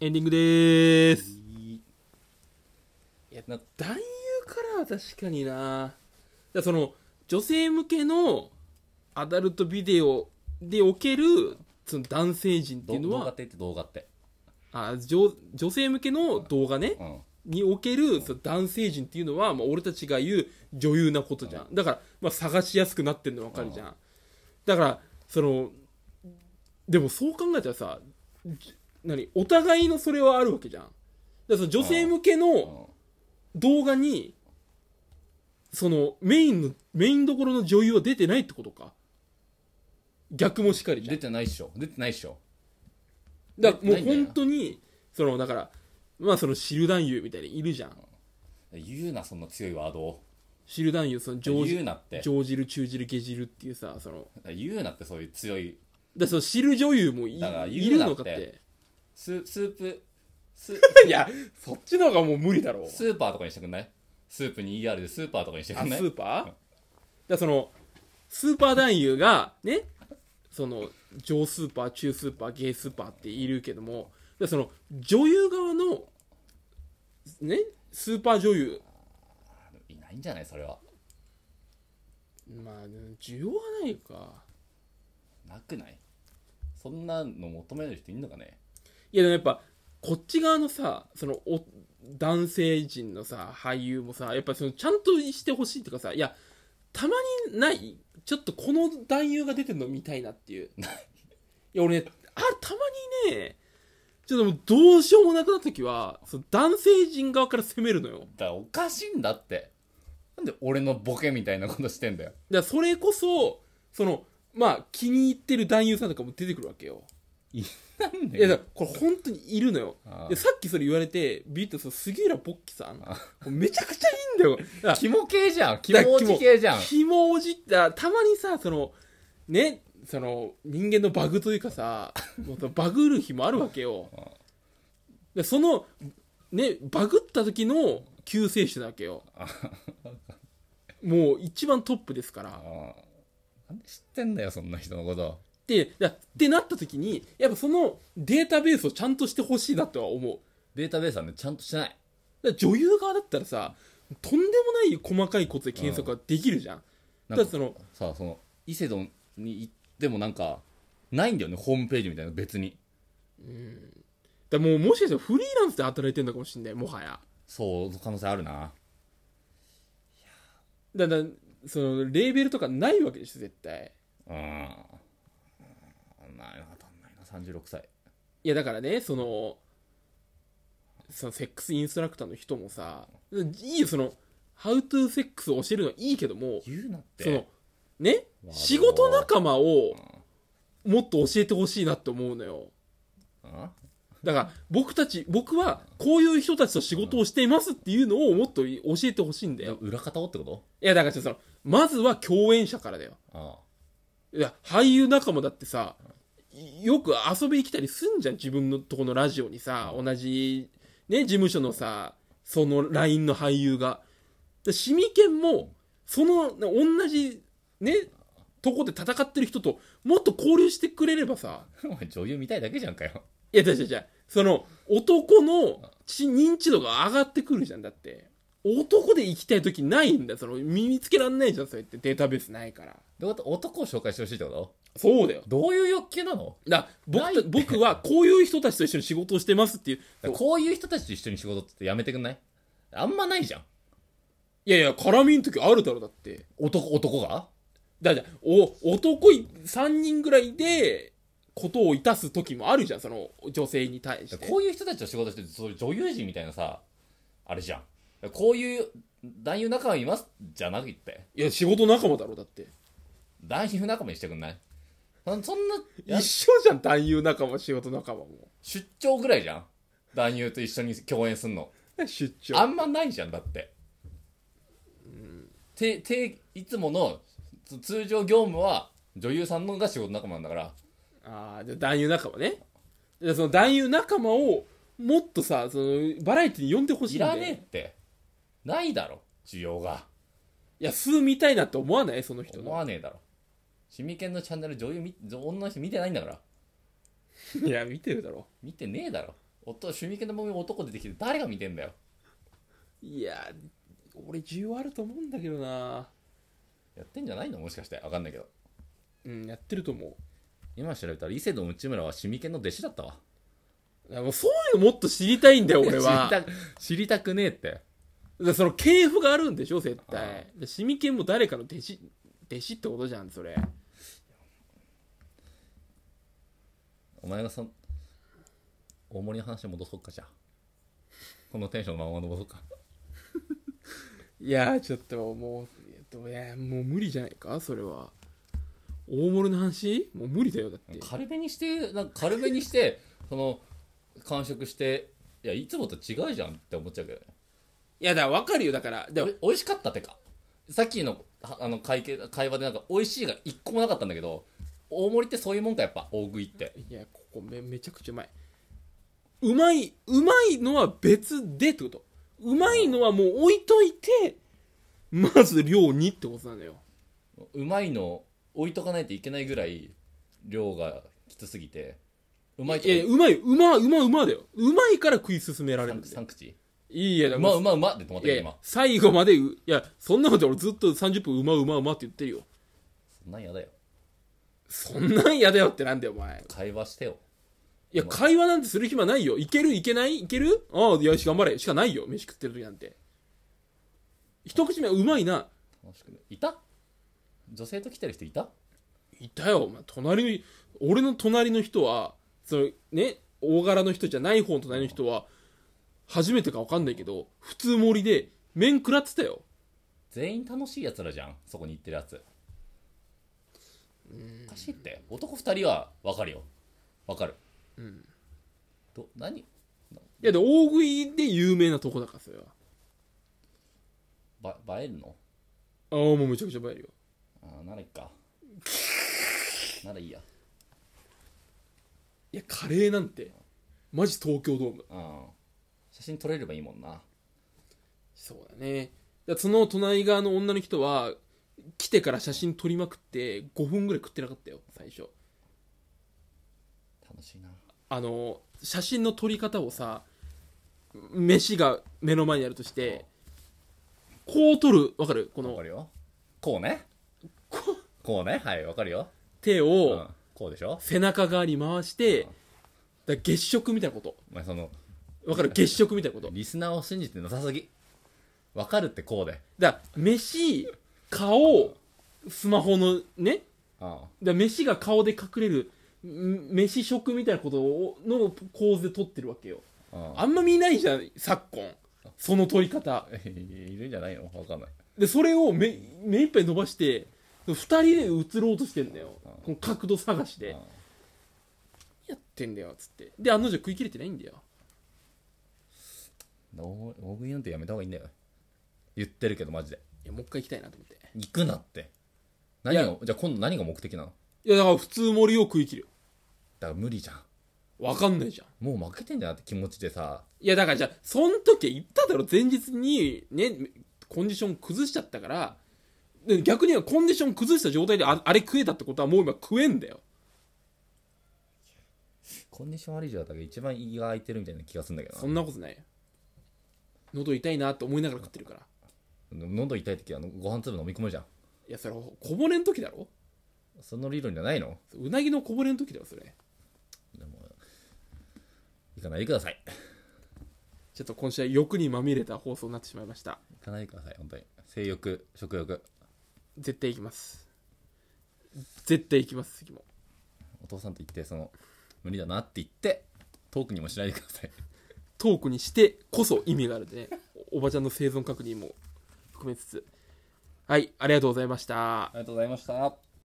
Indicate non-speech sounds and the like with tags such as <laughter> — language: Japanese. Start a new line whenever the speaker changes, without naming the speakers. エンディングでーす。
いやな男優からは確かになだからその女性向けのアダルトビデオでおけるその男性陣ってい
ど
うの
動画っ
は
てって動画って
あ女女性向けの動画ね
うん
におけるその男性陣っていうのは、まあ、俺たちが言う女優なことじゃん、だから、まあ、探しやすくなってるの分かるじゃん、だからそのでもそう考えたらさじ何お互いのそれはあるわけじゃんだからその女性向け
う
の
ん
動画にそのメインのメインどころの女優は出てないってことか逆もしかりじゃん
出てないっしょ出てないっしょ
だからもう
ないんだよ
本当にそのだからまあその汁男優みたいにいるじゃん
言うなそんな強いワードを
汁男優その常
言う
時
なって
上汁中汁下汁っていうさそのだか
言うなってそういう強い
らその汁女優もい
だから
い
言
る
うな
の
っ
かってて
ススープス
いやそっちの方がもう無理だろう
スーパーとかにしてくんないスープに ER でスーパーとかにして
あ
くん
ス
ない
ーパーだからそのスーパー男優がねその上スーパー中スーパーゲイスーパーっているけどもだからその女優側のねスーパー女優
いないんじゃないそれは
まあ需要はないか
なくないそんなの求める人いんのかね
いやでもやっぱこっち側のさそのお男性陣のさ俳優もさやっぱそのちゃんとしてほしいっていうかさいやたまにないちょっとこの男優が出てるの見たいなっていういや俺ねあたまにねちょっともうどうしようもなくなった時はその男性陣側から攻めるのよだか
だからおかしいんだってなんで俺のボケみたいなことしてんだよ
らそれこそそのまあ気に入ってる男優さんとかも出てくるわけよ
なん
いや
で
だからこれ本当にいるのよ
ああ
でさっきそれ言われてビートその杉浦ポッキさん
あ
めちゃくちゃいいんだ
<laughs>
よだから
キモ系じゃんキモおじ系じゃん
ひもおじって、あたまにさ、その、ね、その、人間のバグというか
<laughs>
さ、もうそのバグる日もあるわけよ。でその、ね、バグった時の救世主なわけよ。もう一番トップですから。
あーなんで知ってんだよそんな人のこと
で、だってなった時に、やっぱそのデータベースをちゃんとしてほしいなとは思う。
データベースはねちゃんとしてない
だから女優側だったらさ、とんでもない細かいことで検索ができるじゃん。
な
だっ
んか
てその、
さあその伊勢丼に行ってもなんかないんだよねホームページみたいなの別に
だからもうもしかしたらフリーランスで働いてるのかもしれない、もはや。
そう可能性あるな
だからそのレーベルとかないわけでしょ絶対
うんうんないな当たんないな36歳
いやだからねそのそのセックスインストラクターの人もさいいよそのハウトゥーセックスを教えるのはいいけども
言うなっ
その
て
ね
まあ
仕事仲間をもっと教えてほしいなって思うのよ
うん
だから僕たち僕はこういう人たちと仕事をしていますっていうのをもっと教えてほしいんだよ
裏方をってこと
いやだからちょっとそのまずは共演者からだよ
あ <laughs>
いや俳優仲間だってさよく遊びに来たりすんじゃん自分のとこのラジオにさ同じね事務所のさその LINE の俳優がでシミケンもそのな同じねとこで戦ってる人ともっと交流してくれればさ
あお前女優見たいだけじゃんかよ
いや違う違う違うその男の知認知度が上がってくるじゃんだって男で行きたい時ないんだよその身につけらんないじゃんそうやってデータベースないから
どういうこと男を紹介してほしいってこと
そうだよ
どういう欲求なの
だ
な
僕
い
た
って
僕はこういう人たちと一緒に仕事をしてますっていう
だからこういう人たちと一緒に仕事ってやめてくんないあんまないじゃん
いやいや絡みの時あるだろだって
男男が
だじゃお男い3人ぐらいでことをいたす時もあるじゃんその女性に対して
こういう人たちと仕事してるそういう女優陣みたいなさあれじゃんこういう男優仲間いますじゃなくて
いや仕事仲間だろだって
男優仲間にしてくんないそそんなや
一緒じゃん男優仲間仕事仲間も
出張ぐらいじゃん男優と一緒に共演すんの
出
あ
張
んまないじゃんだって、てていつものつ通常業務は女優さんのが仕事仲間なんだから
ああじゃあ男優仲間ねじゃあその男優仲間をもっとさそのバラエティに呼んでほしい
い
んだ
ら
よ
ねえってないだろ需要が
いや数見たいなって思わないその人
思
の
わねえだろシミケンのチャンネル女優み女の人見てないんだから
<laughs> いや見てるだろ
見てねえだろ夫は趣味系の番組男出てきて誰が見てんだよ
いや俺需要あると思うんだけどな
やってんじゃないのもしかしてわかんないけど
うんやってると思
今調べたら伊勢の内村はシミケンの弟子だったわ
うもうそういうのもっと知りたいんだよ俺は
知りた知りたくねえって
でその系譜があるんでしょ絶
あ
対でシミケンも誰かの弟子弟子ってことじゃんそれ
お前がそん大盛りの話に戻そうかじゃあこのテンションのまま戻そうか
いやーちょっともう、えっと、いやもう無理じゃないかそれは大物の話もう無理だよだって
軽めにしてなんか軽めにしてその完食していやいつもと違うじゃんって思っちゃうけどね
いやだから分かるよだからでも
お美味しかったってかさっきのはあの会計会話でなんか美味しいが一個もなかったんだけど大盛りってそういうもんかやっぱ大食いって
いやここめめちゃくちゃうまいうまいうまいのは別でってことうまいのはもう置いといてまず量にってことなのよ
うまいの置いとかないといけないぐらい量がきつすぎてうまいと
いやうまいうまうまうまだようまいから食い進められるんだよ
3口
いいやだ
う
か
ま
ら
うまうまって止まっ
い
て
やい
る
や
今
最後までういやそんなこと俺ずっと30分うまうまうまって言ってるよ
そんなんやだよ
そんなん嫌だよってなんだよお前
会話してよ
いや会話なんてする暇ないよいけるいけないいけるああよし頑張れしかないよ飯食ってる時なんて一口目うまいな
楽しくねいた女性と来てる人いた
いたよお前隣に俺の隣の人はそのね大柄の人じゃない方の隣の人は初めてか分かんないけど普通盛りで麺食らってたよ
全員楽しいやつらじゃんそこに行ってるやつおかしいって男2人は分かるよ分かるうんど何
いやで大食いで有名なとこだからそれは
ば映えるの
ああもうめちゃくちゃ映えるよ
あーならいいかならいいや
いやカレーなんてマジ東京ドーム
うん写真撮れればいいもんな
そうだねだその隣側の女の人は来てから写真撮りまくって5分ぐらい食ってなかったよ最初
楽しいな
あの写真の撮り方をさ飯が目の前にあるとしてこう撮るわかるこ
分
の
かるよこうね
こう
こうねはい分かるよ、
手
う
を
ん、こうでしょ
背中側に回してだ月食みたいなこと
お前その
わかる月食みたいなこと
リスナーを信じてなさすぎ分かるってこうで
だから飯顔スマホのねだ
うん
から飯が顔で隠れるん飯食みたいなことをの構図で撮ってるわけよ
うん
あんま見ないじゃん昨今その撮り方
いるんじゃないのわかんない。
でそれを目目いっぱい伸ばして2人で映ろうとしてんだよ
うん
この角度探し
う
で
ん
やってんだよっつってで案の定食い切れてないんだよ
大大食いなんてやめた方がいいんだよ。言ってるけど、マジで。
いやもう一回行きたいなと思って
行くなって。何が、じゃあ今度何が目的なの
いやだから普通盛りを食い切る
だから無理じゃん。
わかんないじゃん
もう負けてんじゃんって気持ちでさ、
いやだからじゃあそん時言っただろ前日にねコンディション崩しちゃったからで逆にはコンディション崩した状態でああれ食えたってことはもう今食えんだよ
コンディション悪いじゃん。だから一番胃が空いてるみたいな気がするんだけど
そんなことないよ喉痛いなって思いながら食ってるから
な。喉痛い時はあのご飯粒飲み込むじゃん。
いやそれこぼれん時だろ
その理論じゃないの
うなぎのこぼれん時だよそれ
でも、行かないでください。
ちょっと今週は欲にまみれた放送になってしまいました
行かないでください、本当に。性欲、食欲。
絶対行きます絶対行きます次も
お父さんと言って、その、無理だなって言って、トークにもしないでください。
トークにしてこそ意味があるんでねおおばちゃんの生存確認も含めつつはいありがとうございました
ありがとうございました。